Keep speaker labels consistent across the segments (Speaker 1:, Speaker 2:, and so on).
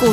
Speaker 1: 股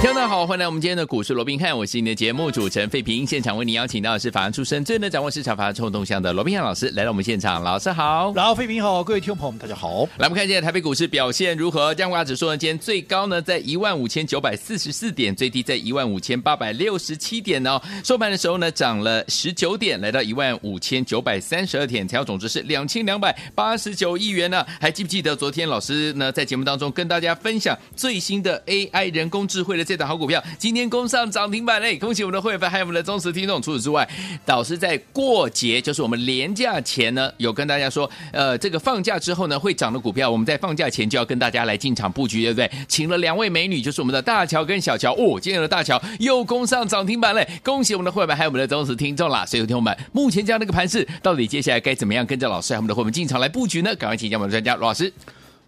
Speaker 2: 听众大家好，欢迎来我们今天的股市罗宾汉，我是你的节目主持人费平。现场为您邀请到的是法案出身、最能掌握市场法案冲动向的罗宾汉老师，来到我们现场，老师好。
Speaker 3: 然后，费平好，各位听众朋友们，大家好。
Speaker 2: 来，我们看一下台北股市表现如何？加挂指数呢，今天最高呢在一万五千九百四十四点，最低在一万五千八百六十七点哦。收盘的时候呢，涨了十九点，来到一万五千九百三十二点，成交总值是两千两百八十九亿元呢、还记不记得昨天老师呢在节目当中跟大家分享最新的 AI 人工智慧的这档好股票，今天攻上涨停板嘞！恭喜我们的会员哎还有我们的忠实听众。除此之外，导师在过节，就是我们连假前呢，有跟大家说，呃，这个放假之后呢会涨的股票，我们在放假前就要跟大家来进场布局，对不对？请了两位美女，就是我们的大乔跟小乔。哦，今天的大乔又攻上涨停板嘞！恭喜我们的会员还有我们的忠实听众啦！所以，听众们，目前这样的一个盘势，到底接下来该怎么样跟着老师还有我们的会员进场来布局呢？赶快请教我们的专家罗老师。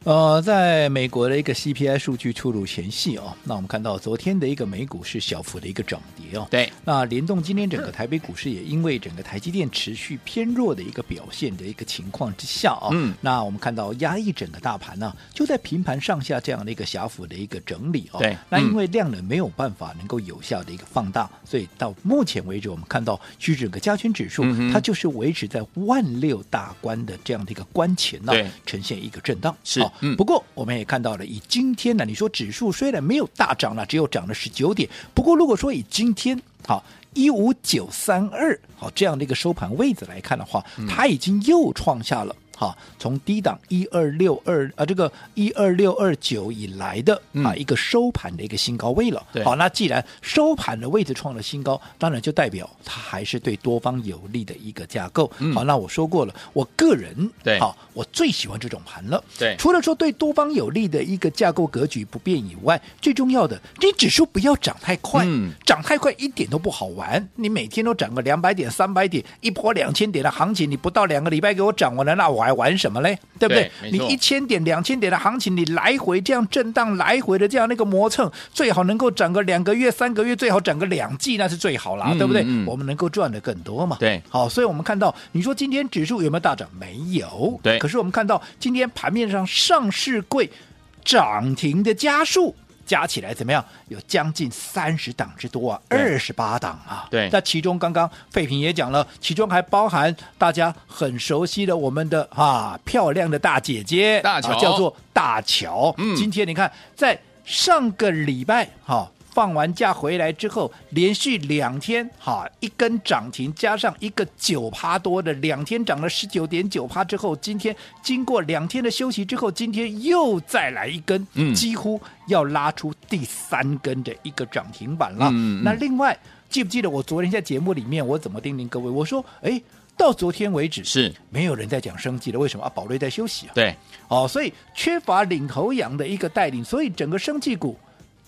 Speaker 3: 呃，在美国的一个 CPI 数据出炉前夕哦，那我们看到昨天的一个美股是小幅的一个涨跌哦。
Speaker 2: 对
Speaker 3: 那联动今天整个台北股市也因为整个台积电持续偏弱的一个表现的一个情况之下啊、
Speaker 2: 嗯
Speaker 3: 那我们看到压抑整个大盘呢、就在平盘上下这样的一个小幅的一个整理哦。
Speaker 2: 对
Speaker 3: 那
Speaker 2: 嗯
Speaker 3: 因为量能没有办法能够有效的一个放大，所以到目前为止，我们看到其实整个加权指数、
Speaker 2: 嗯哼
Speaker 3: 它就是维持在万六大关的这样的一个关前呢、
Speaker 2: 对
Speaker 3: 呈现一个震荡。啊
Speaker 2: 是
Speaker 3: 好
Speaker 2: 嗯
Speaker 3: 不过我们也看到了，以今天呢，你说指数虽然没有大涨了，只有涨了十九点，不过如果说以今天好。一五九三二，好这样的一个收盘位置来看的话，
Speaker 2: 嗯
Speaker 3: 它已经又创下了哈，从低档一二六二啊这个一二六二九以来的啊
Speaker 2: 嗯
Speaker 3: 一个收盘的一个新高位了
Speaker 2: 对。
Speaker 3: 好，那既然收盘的位置创了新高，当然就代表它还是对多方有利的一个架构
Speaker 2: 嗯。
Speaker 3: 好，那我说过了，我个人
Speaker 2: 对
Speaker 3: 好，我最喜欢这种盘了。
Speaker 2: 对
Speaker 3: 除了说对多方有利的一个架构格局不变以外，最重要的，这指数不要涨太快，
Speaker 2: 嗯
Speaker 3: 涨太快一点都不好玩。你每天都涨个两百点、三百点，一波两千点的行情，你不到两个礼拜给我涨完了，那我还玩什么嘞？对不对？
Speaker 2: 对没
Speaker 3: 你
Speaker 2: 错
Speaker 3: 一千点、两千点的行情，你来回这样震荡，来回的这样那个磨蹭，最好能够涨个两个月、三个月，最好涨个两季，那是最好啦，
Speaker 2: 嗯
Speaker 3: 对不对？
Speaker 2: 嗯嗯
Speaker 3: 我们能够赚的更多嘛。
Speaker 2: 对
Speaker 3: 好，所以我们看到，你说今天指数有没有大涨？没有。
Speaker 2: 对
Speaker 3: 可是我们看到今天盘面上上市柜涨停的家数。加起来怎么样？有将近三十档之多啊，
Speaker 2: 对
Speaker 3: 二十八档啊。
Speaker 2: 对
Speaker 3: 那其中刚刚费平也讲了，其中还包含大家很熟悉的我们的啊漂亮的大姐姐，
Speaker 2: 大乔
Speaker 3: 啊叫做大乔。
Speaker 2: 嗯
Speaker 3: 今天你看，在上个礼拜哈、放完假回来之后，连续两天哈、一根涨停，加上一个九趴多的，两天涨了十九点九趴之后，今天经过两天的休息之后，今天又再来一根，
Speaker 2: 嗯
Speaker 3: 几乎要拉出第三根的一个涨停板了。
Speaker 2: 嗯嗯
Speaker 3: 那另外，记不记得我昨天在节目里面我怎么叮咛各位？我说，哎，到昨天为止
Speaker 2: 是
Speaker 3: 没有人在讲生计了，为什么啊？宝瑞在休息啊。
Speaker 2: 对，
Speaker 3: 哦，所以缺乏领头羊的一个带领，所以整个生技股。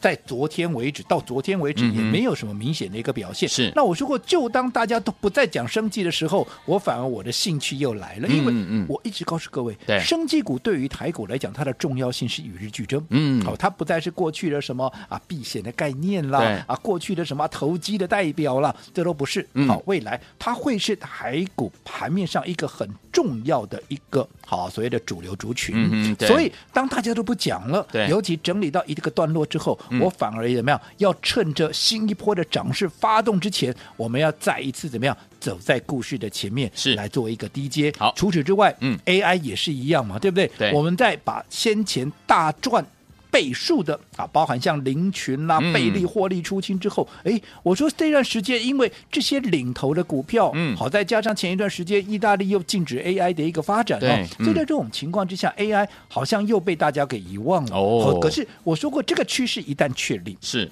Speaker 3: 在昨天为止，到昨天为止
Speaker 2: 嗯哼
Speaker 3: 也没有什么明显的一个表现。
Speaker 2: 是
Speaker 3: 那我说过，就当大家都不再讲生计的时候，我反而我的兴趣又来了，
Speaker 2: 嗯
Speaker 3: 因为
Speaker 2: 嗯嗯
Speaker 3: 我一直告诉各位，
Speaker 2: 对
Speaker 3: 生技股对于台股来讲，它的重要性是与日俱增。
Speaker 2: 嗯
Speaker 3: 好、它不再是过去的什么啊避险的概念
Speaker 2: 对
Speaker 3: 啦，啊过去的什么投机的代表啦，这都不是。
Speaker 2: 哎嗯
Speaker 3: 好、未来它会是台股盘面上一个很重要的一个好所谓的主流族群。
Speaker 2: 嗯哼对
Speaker 3: 所以当大家都不讲了
Speaker 2: 对，嗯
Speaker 3: 尤其整理到一个段落之后，我反而怎么样？要趁着新一波的涨势发动之前，我们要再一次怎么样？走在故事的前面，
Speaker 2: 是
Speaker 3: 来做一个低阶。
Speaker 2: 好
Speaker 3: 除此之外，
Speaker 2: 嗯
Speaker 3: ，AI 也是一样嘛，对不对？
Speaker 2: 对
Speaker 3: 我们再把先前大赚。倍数的啊，包含像林群啦、
Speaker 2: 嗯
Speaker 3: 啊贝利获利出清之后，哎、我说这段时间因为这些领头的股票，
Speaker 2: 嗯
Speaker 3: 好，再加上前一段时间意大利又禁止 AI 的一个发展哦，
Speaker 2: 对
Speaker 3: 所以
Speaker 2: 嗯
Speaker 3: 在这种情况之下，AI 好像又被大家给遗忘了。
Speaker 2: 哦
Speaker 3: 好可是我说过，这个趋势一旦确立，
Speaker 2: 是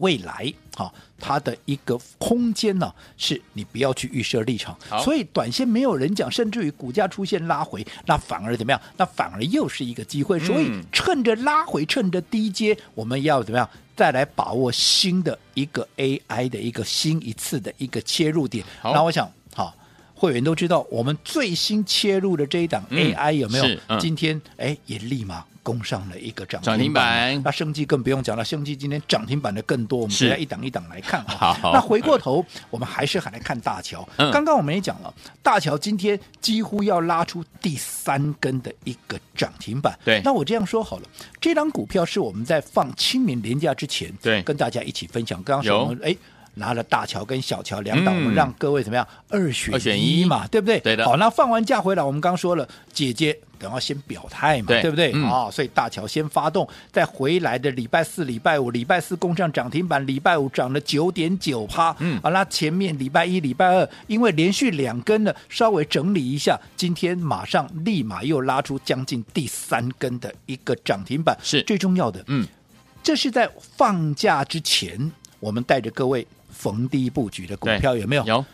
Speaker 3: 未来好、它的一个空间呢、是你不要去预设立场
Speaker 2: 好，
Speaker 3: 所以短线没有人讲，甚至于股价出现拉回，那反而怎么样？那反而又是一个机
Speaker 2: 嗯
Speaker 3: 会，所以趁着拉回，趁着低阶，我们要怎么样？再来把握新的一个 AI 的一个新一次的一个切入点。
Speaker 2: 好
Speaker 3: 那我想，好、会员都知道，我们最新切入的这一档
Speaker 2: 嗯
Speaker 3: AI 有没有
Speaker 2: 是？嗯
Speaker 3: 今天哎也立马。攻上了一个涨
Speaker 2: 涨停
Speaker 3: 停
Speaker 2: 板
Speaker 3: 那生技更不用讲了，生技今天涨停板的更多，我们
Speaker 2: 嗯是
Speaker 3: 大家一档一档来看啊。
Speaker 2: 好
Speaker 3: 那回过头，我们还是还来看大乔。
Speaker 2: 嗯
Speaker 3: 刚刚我们也讲了，大乔今天几乎要拉出第三根的一个涨停板。
Speaker 2: 对
Speaker 3: 那我这样说好了，这张股票是我们在放清明年假之前，
Speaker 2: 对
Speaker 3: 跟大家一起分享。刚刚说我们哎。拿了大乔跟小乔两档，
Speaker 2: 嗯
Speaker 3: 我们让各位怎么样二选
Speaker 2: 二选一
Speaker 3: 一嘛，对不对？
Speaker 2: 对的
Speaker 3: 好，那放完假回来，我们刚说了，姐姐等要先表态嘛，
Speaker 2: 对
Speaker 3: 不对？
Speaker 2: 嗯
Speaker 3: 啊，所以大乔先发动，再回来的礼拜四、礼拜五，礼拜四攻上涨停板，礼拜五涨了九点九趴，
Speaker 2: 嗯
Speaker 3: 啊，那前面礼拜一、礼拜二，因为连续两根呢，稍微整理一下，今天马上立马又拉出将近第三根的一个涨停板，
Speaker 2: 是
Speaker 3: 最重要的，
Speaker 2: 嗯，
Speaker 3: 这是在放假之前，我们带着各位逢低布局的股
Speaker 2: 对
Speaker 3: 票有没有？
Speaker 2: 有，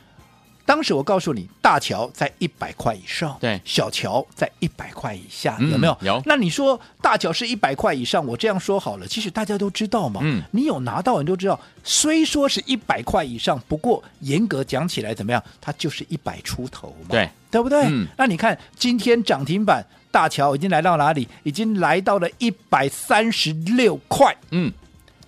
Speaker 3: 当时我告诉你，大乔在一百块以上，
Speaker 2: 对
Speaker 3: 小乔在一百块以下，
Speaker 2: 嗯
Speaker 3: 有没有？
Speaker 2: 有
Speaker 3: 那你说大乔是一百块以上，我这样说好了，其实大家都知道嘛，
Speaker 2: 嗯
Speaker 3: 你有拿到，你都知道，虽说是一百块以上，不过严格讲起来怎么样，它就是一百出头嘛，
Speaker 2: 对，
Speaker 3: 对不对？
Speaker 2: 嗯
Speaker 3: 那你看今天涨停板。大乔已经来到哪里？已经来到了一百三十六块，
Speaker 2: 嗯，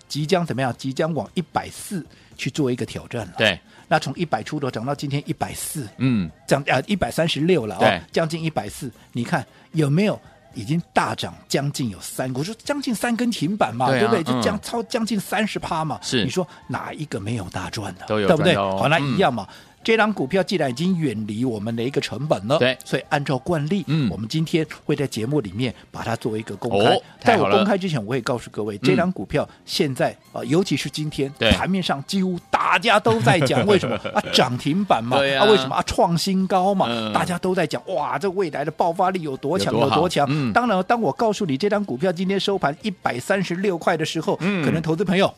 Speaker 3: 即将怎么样？即将往一百四去做一个挑战了。
Speaker 2: 对，
Speaker 3: 那从一百出头涨到今天一百四，
Speaker 2: 嗯，
Speaker 3: 涨啊一百三十六了
Speaker 2: 对
Speaker 3: 哦，将近一百四，你看有没有？已经大涨将近有三，我说将近三根停板嘛，
Speaker 2: 对啊
Speaker 3: 对不对？
Speaker 2: 嗯
Speaker 3: 就将超将近三十趴嘛。
Speaker 2: 是
Speaker 3: 你说哪一个没有大赚的？
Speaker 2: 都有
Speaker 3: 对不对？
Speaker 2: 赚到哦
Speaker 3: 好，那
Speaker 2: 嗯
Speaker 3: 一样嘛。这档股票既然已经远离我们的一个成本了，
Speaker 2: 对
Speaker 3: 所以按照惯例，
Speaker 2: 嗯
Speaker 3: 我们今天会在节目里面把它作为一个公开。
Speaker 2: 哦太
Speaker 3: 在
Speaker 2: 好
Speaker 3: 我
Speaker 2: 了嗯
Speaker 3: 公开之前，我也告诉各位，这档股票现在啊、呃尤其是今天
Speaker 2: 对
Speaker 3: 盘面上几乎大家都 在讲，为什么啊涨停板嘛？
Speaker 2: 对啊
Speaker 3: 为什么啊创新高嘛？
Speaker 2: 嗯
Speaker 3: 大家都在讲哇，这未来的爆发力有多强
Speaker 2: 有多
Speaker 3: 有
Speaker 2: 好
Speaker 3: 多强。
Speaker 2: 嗯
Speaker 3: 当然，当我告诉你这张股票今天收盘一百三十六块的时候，
Speaker 2: 嗯
Speaker 3: 可能投资朋友。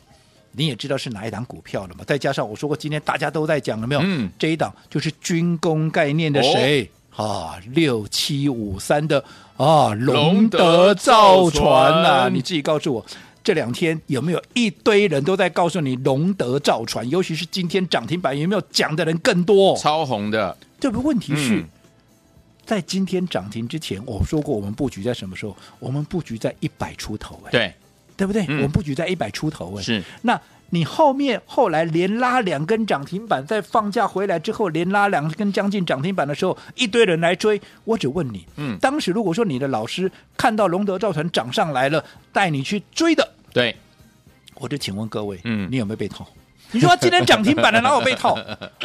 Speaker 3: 你也知道是哪一档股票了嘛？再加上我说过，今天大家都在讲了没有？
Speaker 2: 嗯哦
Speaker 3: 这一档就是军工概念的谁、啊？六七五三的啊，
Speaker 2: 龙
Speaker 3: 龙
Speaker 2: 德
Speaker 3: 德
Speaker 2: 造
Speaker 3: 造
Speaker 2: 船
Speaker 3: 船啊！你自己告诉我，这两天有没有一堆人都在告诉你龙德造船？尤其是今天涨停板，有没有讲的人更多？
Speaker 2: 超红的，
Speaker 3: 这个问题是、
Speaker 2: 嗯
Speaker 3: 在今天涨停之前，我说过我们布局在什么时候？我们布局在一百出头、哎，
Speaker 2: 对，
Speaker 3: 对不对？
Speaker 2: 嗯
Speaker 3: 我们布局在一百出头、哎，
Speaker 2: 是，
Speaker 3: 那你后面后来连拉两根涨停板，在放假回来之后连拉两根将近涨停板的时候，一堆人来追。我只问你，
Speaker 2: 嗯
Speaker 3: 当时如果说你的老师看到龙德造船涨上来了，带你去 追的，
Speaker 2: 对，
Speaker 3: 我就请问各位，
Speaker 2: 嗯
Speaker 3: 你有没有被套？你说今天涨停板的哪有被套？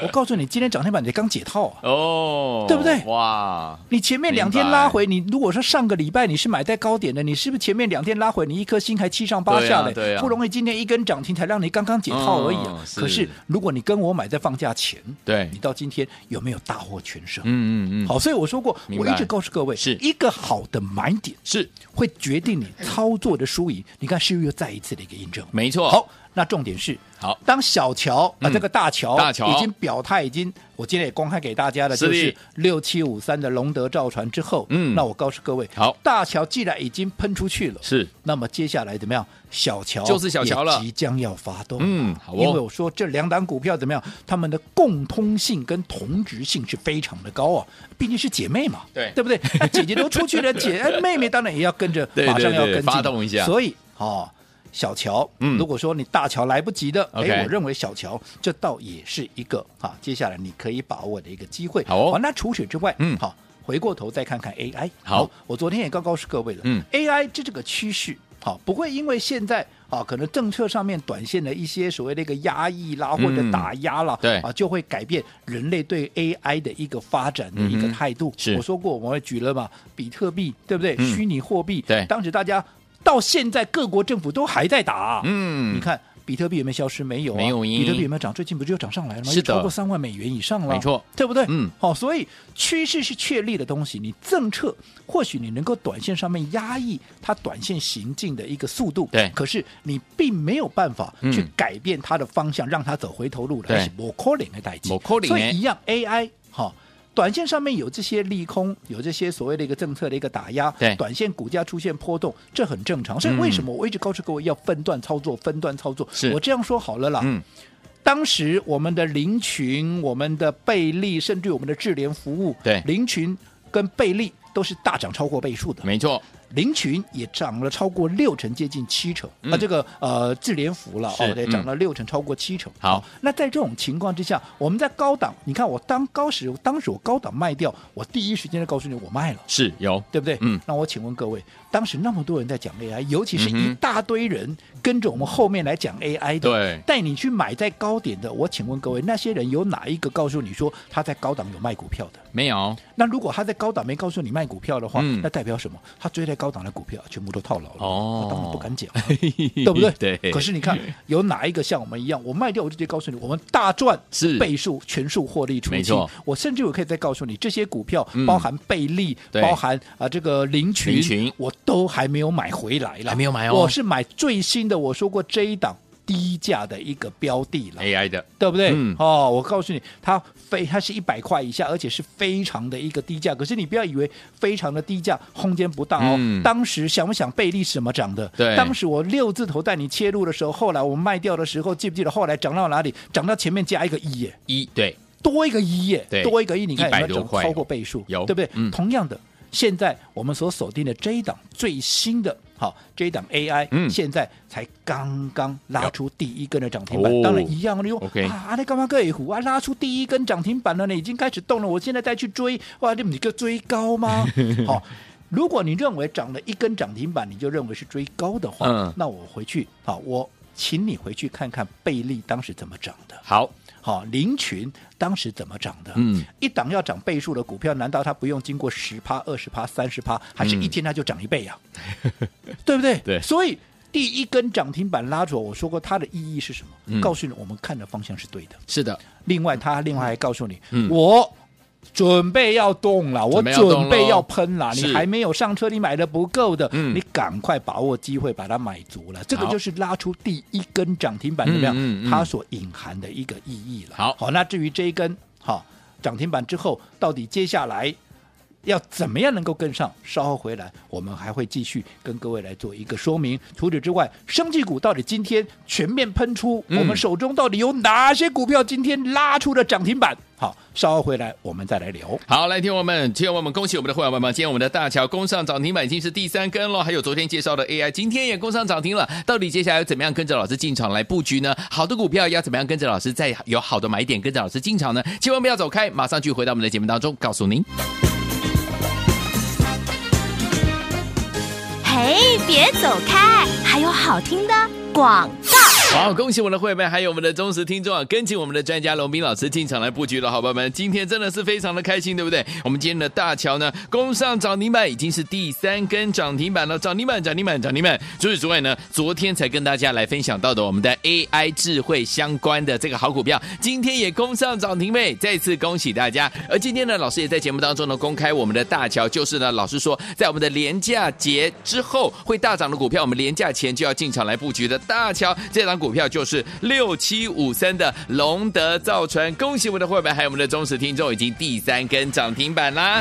Speaker 3: 我告诉你，今天涨停板你刚解套啊。
Speaker 2: 哦，
Speaker 3: 对不对
Speaker 2: 哇，
Speaker 3: 你前面两天
Speaker 2: 明白
Speaker 3: 拉回，你如果说上个礼拜你是买在高点的，你是不是前面两天拉回，你一颗心还七上八下的？
Speaker 2: 对啊对啊
Speaker 3: 不容易今天一根涨停才让你刚刚解套而已、啊
Speaker 2: 嗯是
Speaker 3: 可是如果你跟我买在放假前，
Speaker 2: 对
Speaker 3: 你，到今天有没有大获全胜？
Speaker 2: 嗯嗯嗯，
Speaker 3: 好，所以我说过，
Speaker 2: 明
Speaker 3: 我
Speaker 2: 白
Speaker 3: 一直告诉各位，
Speaker 2: 是
Speaker 3: 一个好的买点
Speaker 2: 是，
Speaker 3: 会决定你操作的输赢。你看是不是又再一次的一个印证？
Speaker 2: 没错，，
Speaker 3: 好，那重点是，
Speaker 2: 好
Speaker 3: 当小乔啊、
Speaker 2: 嗯
Speaker 3: 这个大乔，
Speaker 2: 大乔
Speaker 3: 已经表态，已经我今天也公开给大家的，
Speaker 2: 是的
Speaker 3: 就是六七五三的龙德造船之后，
Speaker 2: 嗯
Speaker 3: 那我告诉各位，
Speaker 2: 好
Speaker 3: 大乔既然已经喷出去了，
Speaker 2: 是，
Speaker 3: 那么接下来怎么样？小乔
Speaker 2: 就是小乔了
Speaker 3: 也即将要发动，
Speaker 2: 嗯好哦
Speaker 3: 因为我说这两档股票怎么样，它们的共通性跟同质性是非常的高啊，毕竟是姐妹嘛，
Speaker 2: 对
Speaker 3: 对不 对？那姐姐都出去了， 姐哎妹妹当然也要跟着，
Speaker 2: 对
Speaker 3: 马上
Speaker 2: 对
Speaker 3: 要
Speaker 2: 对
Speaker 3: 跟进
Speaker 2: 发动一下
Speaker 3: 所以哦。小乔，
Speaker 2: 嗯
Speaker 3: 如果说你大乔来不及的，哎
Speaker 2: OK
Speaker 3: 我认为小乔这倒也是一个啊，接下来你可以把握的一个机会。
Speaker 2: 好哦
Speaker 3: 那除此之外，
Speaker 2: 嗯
Speaker 3: 好，回过头再看看 AI。
Speaker 2: 好
Speaker 3: 我昨天也刚告诉各位了，
Speaker 2: 嗯
Speaker 3: ，AI 这这个趋势，好，不会因为现在啊，可能政策上面短线的一些所谓的一个压抑啦，或者
Speaker 2: 嗯
Speaker 3: 打压啦，
Speaker 2: 对
Speaker 3: 啊，就会改变人类对 AI 的一个发展的一个
Speaker 2: 嗯哼
Speaker 3: 态度。
Speaker 2: 是
Speaker 3: 我说过，我们也举了嘛，比特币，对不对？
Speaker 2: 嗯
Speaker 3: 虚拟货币，
Speaker 2: 对
Speaker 3: 当时大家到现在各国政府都还在打啊，
Speaker 2: 嗯，
Speaker 3: 你，看。比特币有没有消失？没有、啊，
Speaker 2: 没有耶
Speaker 3: 比特币有没有涨？最近不就涨上来了吗？
Speaker 2: 是的
Speaker 3: 又超过三万美元以上了，
Speaker 2: 没错
Speaker 3: 对不对？
Speaker 2: 嗯，
Speaker 3: 好、所以趋势是确立的东西，你政策或许你能够短线上面压抑它短线行进的一个速度，
Speaker 2: 对
Speaker 3: 可是你并没有办法
Speaker 2: 嗯
Speaker 3: 去改变它的方向，让它走回头路来，
Speaker 2: 对哎
Speaker 3: 而是不可能的代际，
Speaker 2: 不可能的
Speaker 3: 所以一样 AI 哈、短线上面有这些利空，有这些所谓的一个政策的一个打压，
Speaker 2: 对嗯
Speaker 3: 短线股价出现波动，这很正常。所以为什么我一直告诉各位要分段操作，分段操作？
Speaker 2: 是
Speaker 3: 啊我这样说好了啦，
Speaker 2: 嗯，
Speaker 3: 当时我们的林群、我们的贝利，甚至我们的智联服务，
Speaker 2: 对
Speaker 3: 林群跟贝利都是大涨超过倍数的。
Speaker 2: 没错，
Speaker 3: 林群也涨了超过六成，接近七成。那、
Speaker 2: 嗯
Speaker 3: 这个呃智联福了
Speaker 2: 是
Speaker 3: 哦，对，
Speaker 2: 嗯
Speaker 3: 涨了六成，超过七成。啊
Speaker 2: 好
Speaker 3: 那在这种情况之下，我们在高档，你看我当高时，当时我高档卖掉，我第一时间就告诉你我卖了。
Speaker 2: 是有，
Speaker 3: 对不对？
Speaker 2: 嗯，
Speaker 3: 那我请问各位，当时那么多人在讲 AI，尤其是
Speaker 2: 嗯哼
Speaker 3: 一大堆人跟着我们后面来讲 AI 的，
Speaker 2: 对
Speaker 3: 带你去买在高点的，我请问各位，那些人有哪一个告诉你说他在高档有卖股票的？
Speaker 2: 没有，
Speaker 3: 那如果他在高档没告诉你卖股票的话，
Speaker 2: 嗯
Speaker 3: 那代表什么？他追在高档的股票全部都套牢了，
Speaker 2: 哦
Speaker 3: 他当然不敢讲， 对不对？
Speaker 2: 对
Speaker 3: 可是你看，有哪一个像我们一样，我卖掉我就直接告诉你，我们大赚
Speaker 2: 是
Speaker 3: 倍数全数获利出
Speaker 2: 没
Speaker 3: 清
Speaker 2: 错。
Speaker 3: 我甚至我可以再告诉你，这些股票
Speaker 2: 嗯
Speaker 3: 包含贝利，
Speaker 2: 对
Speaker 3: 包含啊这个林群，
Speaker 2: 林群
Speaker 3: 我都还没有买回来了，
Speaker 2: 还没有买哦
Speaker 3: 我是买最新的，我说过这一档低价的一个标的了。
Speaker 2: AI 的，
Speaker 3: 对不对？
Speaker 2: 嗯
Speaker 3: 哦，我告诉你，它非它是一百块以下，而且是非常的一个低价。可是你不要以为非常的低价，空间不大哦。
Speaker 2: 嗯
Speaker 3: 当时想不想贝利是怎么涨的？
Speaker 2: 对
Speaker 3: 当时我六字头带你切入的时候，后来我们卖掉的时候，记不记得后来涨到哪里？涨到前面加一个一耶，
Speaker 2: 一对
Speaker 3: 多一个一耶
Speaker 2: 对，
Speaker 3: 多一个一，你看有
Speaker 2: 100
Speaker 3: 没有
Speaker 2: 多
Speaker 3: 涨
Speaker 2: 块哦
Speaker 3: 超过倍数？
Speaker 2: 有
Speaker 3: 对不对？
Speaker 2: 嗯
Speaker 3: 同样的。现在我们所锁定的这一档最新的，好这一档 AI，、
Speaker 2: 嗯
Speaker 3: 现在才刚刚拉出第一根的涨停板，
Speaker 2: 哦
Speaker 3: 当然一样的哟。
Speaker 2: OK
Speaker 3: 啊，啊，那干嘛各一虎啊，拉出第一根涨停板了呢，已经开始动了，我现在再去追，哇，这不就追 高吗？好、如果你认为涨了一根涨停板，你就认为是追高的话，
Speaker 2: 嗯
Speaker 3: 那我回去好，我请你回去看看贝利当时怎么涨的，
Speaker 2: 好，
Speaker 3: 好、林群当时怎么涨的，
Speaker 2: 嗯，
Speaker 3: 一档要涨倍数的股票，难道它不用经过十趴、二十趴、三十趴，还是一天它就涨一倍呀、对不对？
Speaker 2: 嗯 对
Speaker 3: 所以第一根涨停板拉出来，我说过它的意义是什么？
Speaker 2: 嗯
Speaker 3: 告诉你，我们看的方向是对的。
Speaker 2: 是的，
Speaker 3: 另外，他另外还告诉你，
Speaker 2: 嗯
Speaker 3: 我。准备要动了，我
Speaker 2: 准备要动
Speaker 3: 准备
Speaker 2: 咯
Speaker 3: 要喷了。
Speaker 2: 是
Speaker 3: 你还没有上车，你买的不够的，
Speaker 2: 嗯
Speaker 3: 你赶快把握机会把它买足了。这个
Speaker 2: 好
Speaker 3: 就是拉出第一根涨停板怎么样？
Speaker 2: 嗯嗯嗯
Speaker 3: 它所隐含的一个意义了。
Speaker 2: 好
Speaker 3: 好，那至于这一根好涨停板之后，到底接下来要怎么样能够跟上？稍后回来我们还会继续跟各位来做一个说明。除此之外，生技股到底今天全面喷出，
Speaker 2: 嗯
Speaker 3: 我们手中到底有哪些股票今天拉出了涨停板？好，稍后回来我们再来聊。
Speaker 2: 好，来，听我们，听我们，恭喜我们的会员朋友们，今天我们的大桥攻上涨停板已经是第三根了，还有昨天介绍的 AI，今天也攻上涨停了。到底接下来要怎么样跟着老师进场来布局呢？好的股票要怎么样跟着老师在有好的买点跟着老师进场呢？千万不要走开，马上去回到我们的节目当中，告诉您。
Speaker 1: 嘿，别走开，还有好听的广告。
Speaker 2: 好，恭喜我们的会员们，还有我们的忠实听众啊！跟紧我们的专家龙斌老师进场来布局了，好朋友们，今天真的是非常的开心，对不对？我们今天的大桥呢，攻上涨停板已经是第三根涨停板了，涨停板，涨停板，涨停板。除此之外呢，昨天才跟大家来分享到的我们的 AI 智慧相关的这个好股票，今天也攻上涨停位，再次恭喜大家。而今天呢，老师也在节目当中呢公开我们的大桥，就是呢，老师说在我们的廉价节之后会大涨的股票，我们廉价前就要进场来布局的大桥，这档股票就是六七五三的龙德造船。恭喜我们的会员，还有我们的忠实听众，已经第三根涨停板啦。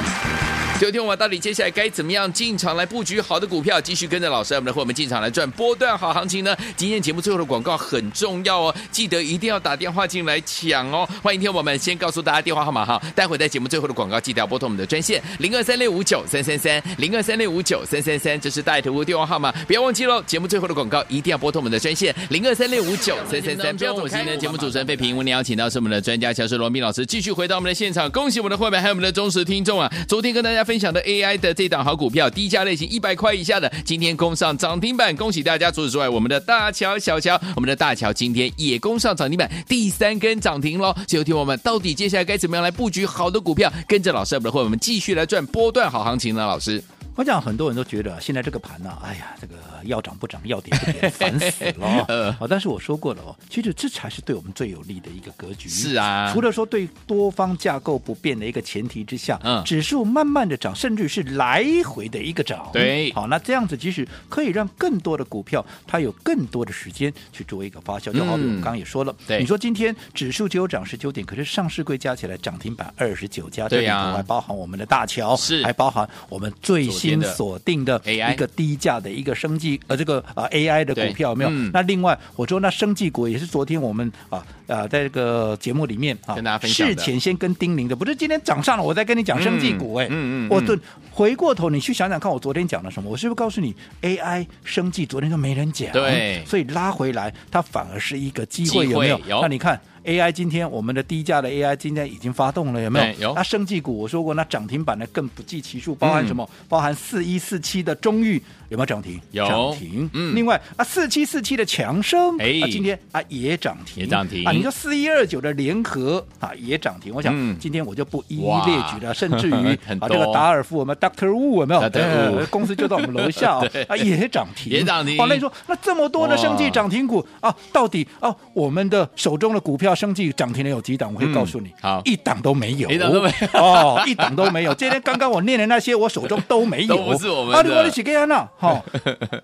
Speaker 2: 九天我到底接下来该怎么样进场来布局好的股票，继续跟着老师我们的伙伴们进场来赚波段好行情呢？今天节目最后的广告很重要哦，记得一定要打电话进来抢哦！欢迎听我们先告诉大家电话号码哈，待会在节目最后的广告记得要拨通我们的专线零二三六五九三三三零二三六五九三三三，这是带头屋电话号码，不要忘记喽！节目最后的广告一定要拨通我们的专线零二三六五九三三三，不要走开！我是今天的节目主持人费平，我们邀请到是我们的专家乔师罗密老师，继续回到我们的现场，恭喜我们的会员还有我们的忠实听众啊！昨天跟大家分享的 AI 的这档好股票，低价类型一百块以下的，今天攻上涨停板，恭喜大家！除此之外，我们的大乔、小乔，我们的大乔今天也攻上涨停板，第三根涨停喽！所以，听我们到底接下来该怎么样来布局好的股票，跟着老师我们的会员们继续来赚波段好行情呢？老师，
Speaker 3: 我想很多人都觉得现在这个盘呢、哎呀，这个要涨不涨，要跌不跌，烦死 了、哦。
Speaker 2: 呃
Speaker 3: 哦，但是我说过了哦，其实这才是对我们最有利的一个格局。
Speaker 2: 是啊
Speaker 3: 除了说对多方架构不变的一个前提之下，
Speaker 2: 嗯
Speaker 3: 指数慢慢的涨，甚至是来回的一个涨。
Speaker 2: 对
Speaker 3: 好，那这样子其实可以让更多的股票它有更多的时间去做一个发酵，就好比我
Speaker 2: 嗯
Speaker 3: 们刚刚也说了，
Speaker 2: 对
Speaker 3: 你说今天指数只有涨十九点，可是上市柜加起来涨停板二十九家，
Speaker 2: 对
Speaker 3: 这里头
Speaker 2: 呀
Speaker 3: 还包含我们的大桥，
Speaker 2: 是
Speaker 3: 还包含我们最新。
Speaker 2: 节
Speaker 3: 新
Speaker 2: 的
Speaker 3: 锁定的
Speaker 2: AI
Speaker 3: 一个低价的一个生技呃这个呃 AI 的
Speaker 2: 对
Speaker 3: 股票有没有？
Speaker 2: 嗯
Speaker 3: 那另外我说那生技股也是昨天我们啊呃在这个节目里面啊
Speaker 2: 跟大家分享的
Speaker 3: 事前先跟叮咛的，不是今天涨上了我再跟你讲生技股哎、
Speaker 2: 嗯嗯嗯
Speaker 3: 我对回过头你去想想看我昨天讲了什么，我是不是告诉你 AI 生技昨天都没人讲，
Speaker 2: 对
Speaker 3: 所以拉回来它反而是一个机会
Speaker 2: 机会
Speaker 3: 有没有？
Speaker 2: 有
Speaker 3: 那你看 AI 今天我们的低价的 AI 今天已经发动了有没有
Speaker 2: 对？哎有
Speaker 3: 那生技股我说过，那涨停板的更不计其数，包含
Speaker 2: 嗯
Speaker 3: 什么？包含四一四七的中裕有没有涨停？
Speaker 2: 有
Speaker 3: 涨停。
Speaker 2: 嗯
Speaker 3: 另外啊，四七四七的强生，
Speaker 2: 哎
Speaker 3: 啊，今天啊也涨停，
Speaker 2: 也涨停
Speaker 3: 啊。你说四一二九的联合啊也涨停，我想
Speaker 2: 嗯
Speaker 3: 今天我就不一一
Speaker 2: 哇
Speaker 3: 列举了，甚至于
Speaker 2: 很
Speaker 3: 啊
Speaker 2: 多
Speaker 3: 这个达尔夫我们 Doctor Wu 有没有？
Speaker 2: Dr. Wu
Speaker 3: 呃公司就在我们楼 下哦
Speaker 2: 对
Speaker 3: 啊也涨停，哦
Speaker 2: 也涨停
Speaker 3: 哇，那你说那这么多的生
Speaker 2: 哇
Speaker 3: 技涨停股啊，到底啊我们的手中的股票生技涨停的有几档？我可以
Speaker 2: 嗯
Speaker 3: 告诉你，
Speaker 2: 好
Speaker 3: 一档都没有。
Speaker 2: 一档都没
Speaker 3: 有哦，一档都没有。今天刚刚我念的那些，我手中都没有，
Speaker 2: 都不是我们的
Speaker 3: 啊，你我的几个 安娜哈。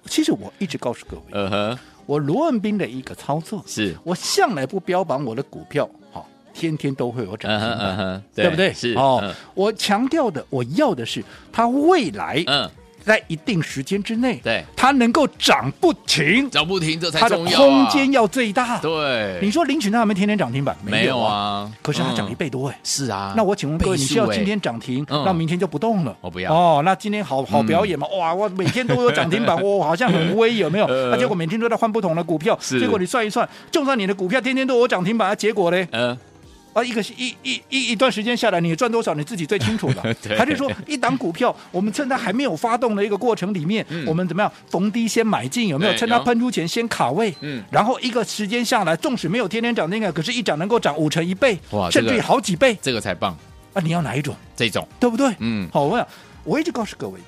Speaker 3: 其实我一直告诉各位，
Speaker 2: 呃呵，
Speaker 3: 我罗文斌的一个操作，
Speaker 2: 是，
Speaker 3: 我向来不标榜我的股票，哈、天天都会有涨
Speaker 2: 嗯
Speaker 3: 停
Speaker 2: 哼嗯
Speaker 3: 板，
Speaker 2: 哼，
Speaker 3: 对不对？
Speaker 2: 是
Speaker 3: 哦，
Speaker 2: 嗯
Speaker 3: 我强调的，我要的是它未来
Speaker 2: 嗯，
Speaker 3: 在一定时间之内，
Speaker 2: 对
Speaker 3: 它能够涨不停，
Speaker 2: 涨不停这才
Speaker 3: 它的
Speaker 2: 重要啊
Speaker 3: 空间要最 大。
Speaker 2: 对，
Speaker 3: 你说林群他有没有天天涨停板？
Speaker 2: 没有
Speaker 3: 啊。
Speaker 2: 啊？
Speaker 3: 可是它
Speaker 2: 嗯
Speaker 3: 涨一倍多哎、
Speaker 2: 是啊，
Speaker 3: 那我请问各位，
Speaker 2: 倍
Speaker 3: 你
Speaker 2: 数
Speaker 3: 是要
Speaker 2: 欸
Speaker 3: 今天涨停，
Speaker 2: 嗯
Speaker 3: 那明天就不动了？
Speaker 2: 我不要
Speaker 3: 哦，那今天好好表演嘛？哇，我每天都有 涨停板，我好像很威，有没有？
Speaker 2: 呃
Speaker 3: 那结果每天都在换不同的股票，
Speaker 2: 是
Speaker 3: 结果你算一算，就算你的股票天天都有涨停板，啊结果嘞？
Speaker 2: 嗯，
Speaker 3: 啊，一个一一一一段时间下来，你赚多少你自己最清楚了
Speaker 2: 对。
Speaker 3: 还是说一档股票，我们趁它还没有发动的一个过程里面，我们怎么样逢低先买进，有没有？
Speaker 2: 嗯对
Speaker 3: 趁它
Speaker 2: 有
Speaker 3: 喷出前先卡位，
Speaker 2: 嗯
Speaker 3: 然后一个时间下来，纵使没有天天涨那个，可是一涨能够涨五成一倍
Speaker 2: 哇，
Speaker 3: 甚
Speaker 2: 这
Speaker 3: 至于
Speaker 2: 个
Speaker 3: 好几倍
Speaker 2: 这个才棒，
Speaker 3: 啊！你要哪一种？
Speaker 2: 这种，
Speaker 3: 对不对？
Speaker 2: 嗯，
Speaker 3: 好，我想我一直告诉各位，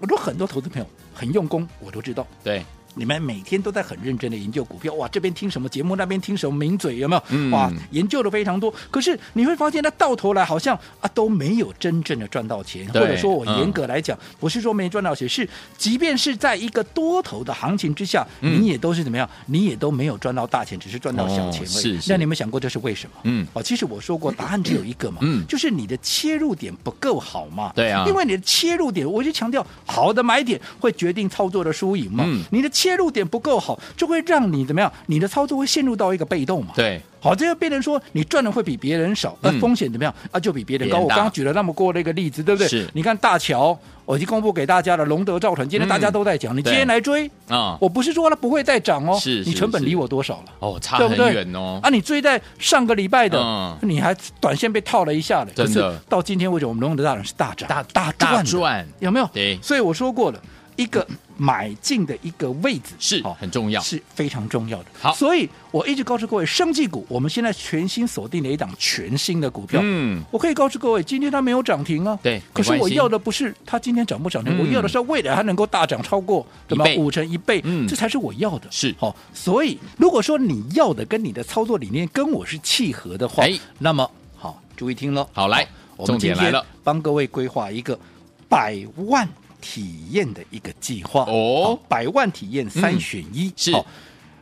Speaker 3: 我说很多投资朋友很用功，我都知道。
Speaker 2: 对，
Speaker 3: 你们每天都在很认真的研究股票，哇，这边听什么节目，那边听什么名嘴，有没有？
Speaker 2: 嗯
Speaker 3: 哇，研究的非常多。可是你会发现，那到头来好像啊都没有真正的赚到钱，或
Speaker 2: 对
Speaker 3: 者说我
Speaker 2: 嗯
Speaker 3: 严格来讲，不是说没赚到钱，是即便是在一个多头的行情之下，
Speaker 2: 嗯
Speaker 3: 你也都是怎么样，你也都没有赚到大钱，只是赚到小钱而已。
Speaker 2: 哦是是
Speaker 3: 那你有没有想过这是为什么？
Speaker 2: 嗯
Speaker 3: 哦，其实我说过，答案只有一个嘛，
Speaker 2: 嗯
Speaker 3: 就是你的切入点不够好嘛。
Speaker 2: 对啊
Speaker 3: 因为你的切入点，我就强调，好的买点会决定操作的输赢嘛。
Speaker 2: 嗯
Speaker 3: 你的切入点不够好，就会让你怎么样？你的操作会陷入到一个被动嘛。。
Speaker 2: 对，
Speaker 3: 好，这就变成说你赚的会比别人少，那、
Speaker 2: 嗯
Speaker 3: 风险怎么样啊？就比别人高。
Speaker 2: 别人
Speaker 3: 我
Speaker 2: 大
Speaker 3: 刚刚举了那么多的一个例子，对不对？
Speaker 2: 是
Speaker 3: 你看大乔，我已经公布给大家了，龙德、兆腾，今天
Speaker 2: 嗯
Speaker 3: 大家都在讲，你今天
Speaker 2: 对
Speaker 3: 来追，
Speaker 2: 啊，
Speaker 3: 我不是说它不会再涨哦，
Speaker 2: 是
Speaker 3: 你
Speaker 2: 是
Speaker 3: 成本
Speaker 2: 是
Speaker 3: 离我多少了？
Speaker 2: 哦，差
Speaker 3: 对不
Speaker 2: 很
Speaker 3: 对
Speaker 2: 远哦，
Speaker 3: 啊，你追在上个礼拜的，
Speaker 2: 嗯
Speaker 3: 你还短线被套了一下了。
Speaker 2: 真的
Speaker 3: 可是到今天为止，我们龙德大人是大涨，大大赚
Speaker 2: 大
Speaker 3: 的，
Speaker 2: 赚
Speaker 3: 有没有？
Speaker 2: 对
Speaker 3: 所以我说过了，一个买进的一个位置
Speaker 2: 是
Speaker 3: 好
Speaker 2: 很重要，
Speaker 3: 是非常重要的。
Speaker 2: 好
Speaker 3: 所以我一直告诉各位，生技股我们现在全新锁定了一档全新的股票。
Speaker 2: 嗯，
Speaker 3: 我可以告诉各位，今天它没有涨停啊。
Speaker 2: 对
Speaker 3: 可是
Speaker 2: 没关
Speaker 3: 我
Speaker 2: 系
Speaker 3: 要的不是它今天涨不涨停，
Speaker 2: 嗯
Speaker 3: 我要的是未来它能够大涨超过什么
Speaker 2: 一倍
Speaker 3: 五成一倍，
Speaker 2: 嗯
Speaker 3: 这才是我要的。
Speaker 2: 是
Speaker 3: 好、所以如果说你要的跟你的操作理念跟我是契合的话，
Speaker 2: 哎
Speaker 3: 那么好，注意听喽。
Speaker 2: 好来
Speaker 3: 我
Speaker 2: 重
Speaker 3: 们今
Speaker 2: 点来
Speaker 3: 天
Speaker 2: 了
Speaker 3: 帮各位规划一个百万体验的一个计划
Speaker 2: 哦嗯
Speaker 3: 好百万体验三选一、
Speaker 2: 是
Speaker 3: 好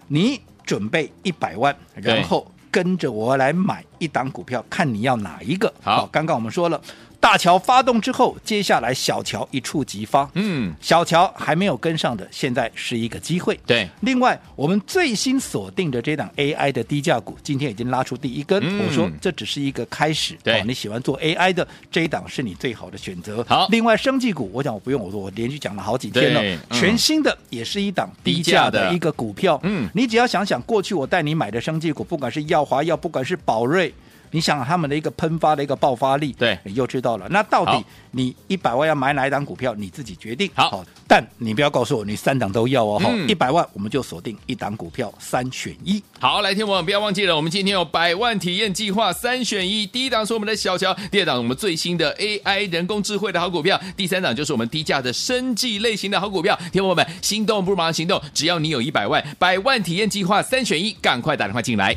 Speaker 3: 你准备一百万，然后跟着我来买一档股票，看你要哪一个。
Speaker 2: 好
Speaker 3: 刚刚我们说了，大桥发动之后，接下来小桥一触即发。
Speaker 2: 嗯，
Speaker 3: 小乔还没有跟上的，现在是一个机会。
Speaker 2: 对
Speaker 3: 另外我们最新锁定的这档 AI 的低价股，今天已经拉出第一根。
Speaker 2: 嗯
Speaker 3: 我说这只是一个开始。哦
Speaker 2: 对
Speaker 3: 你喜欢做 AI 的这一档是你最好的选择。
Speaker 2: 好
Speaker 3: 另外生技股，我想我不用我说，我连续讲了好几天了。
Speaker 2: 对嗯
Speaker 3: 全新的也是一档低
Speaker 2: 低价
Speaker 3: 价
Speaker 2: 的
Speaker 3: 的一个股票。
Speaker 2: 嗯
Speaker 3: 你只要想想过去我带你买的生技股，不管是耀华药，不管是宝瑞。你想他们的一个喷发的一个爆发力，
Speaker 2: 对
Speaker 3: 你就知道了。那到
Speaker 2: 好
Speaker 3: 底你一百万要买哪一档股票，你自己决定。
Speaker 2: 好
Speaker 3: 但你不要告诉我你三档都要哦，
Speaker 2: 嗯
Speaker 3: 一百、0万我们就锁定一档股票，三选一。
Speaker 2: 好，来，天王不要忘记了，我们今天有百万体验计划三选一，第一档是我们的小乔，第二档我们最新的 AI 人工智慧的好股票，第三档就是我们低价的生技类型的好股票。天王们，心动不如马上行动，只要你有一百万，百万体验计划三选一，赶快打电话进来。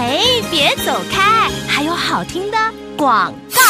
Speaker 1: 嘿，别走开，还有好听的广告。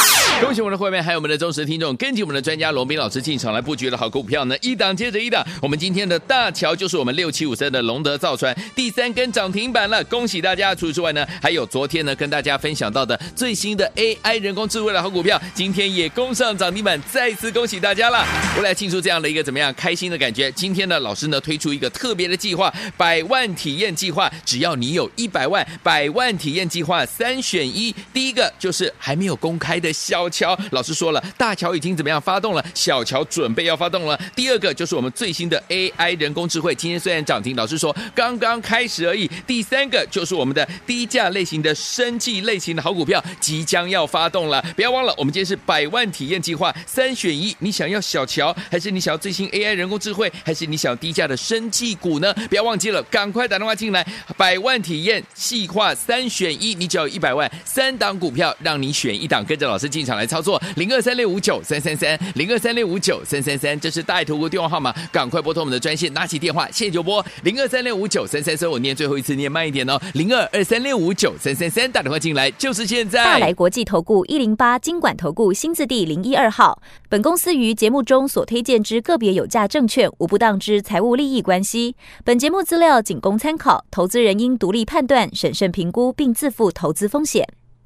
Speaker 2: 恭喜我们的会员，还有我们的忠实听众，跟紧我们的专家龙斌老师进场来布局的好股票呢，一档接着一档。我们今天的大桥就是我们六七五三的龙德造船第三根涨停板了，恭喜大家！除此之外呢，还有昨天呢跟大家分享到的最新的 AI 人工智慧的好股票，今天也攻上涨停板，再次恭喜大家了！我来庆祝这样的一个怎么样开心的感觉。今天呢，老师呢推出一个特别的计划——百万体验计划，只要你有一百万，百万体验计划三选一，第一个就是还没有公开的小乔，老师说了，大乔已经怎么样发动了，小乔准备要发动了。第二个就是我们最新的 AI 人工智慧，今天虽然涨停，老师说刚刚开始而已。第三个就是我们的低价类型的生技类型的好股票即将要发动了，不要忘了，我们今天是百万体验计划三选一，你想要小乔，还是你想要最新 AI 人工智慧，还是你想要低价的生技股呢？不要忘记了，赶快打电话进来，百万体验细化三选一，你只要有一百万，三档股票让你选一档，跟着老师进场来操作，零二三六五九三三三，零二三六五九三三三，这是大爱投顾电话号码，赶快拨通我们的专线，拿起电话，现在就拨零二三六五九三三三，我念最后一次，念慢一点哦，零二二三六五九三三三，打电话进来就是现在。
Speaker 4: 大来国际投顾一零八金管投顾新字第零一二号。本公司于节目中所推荐之个别有价证券，无不当之财务利益关系。本节目资料仅供参考，投资人应独立判断、审慎评估，并自负投资风险。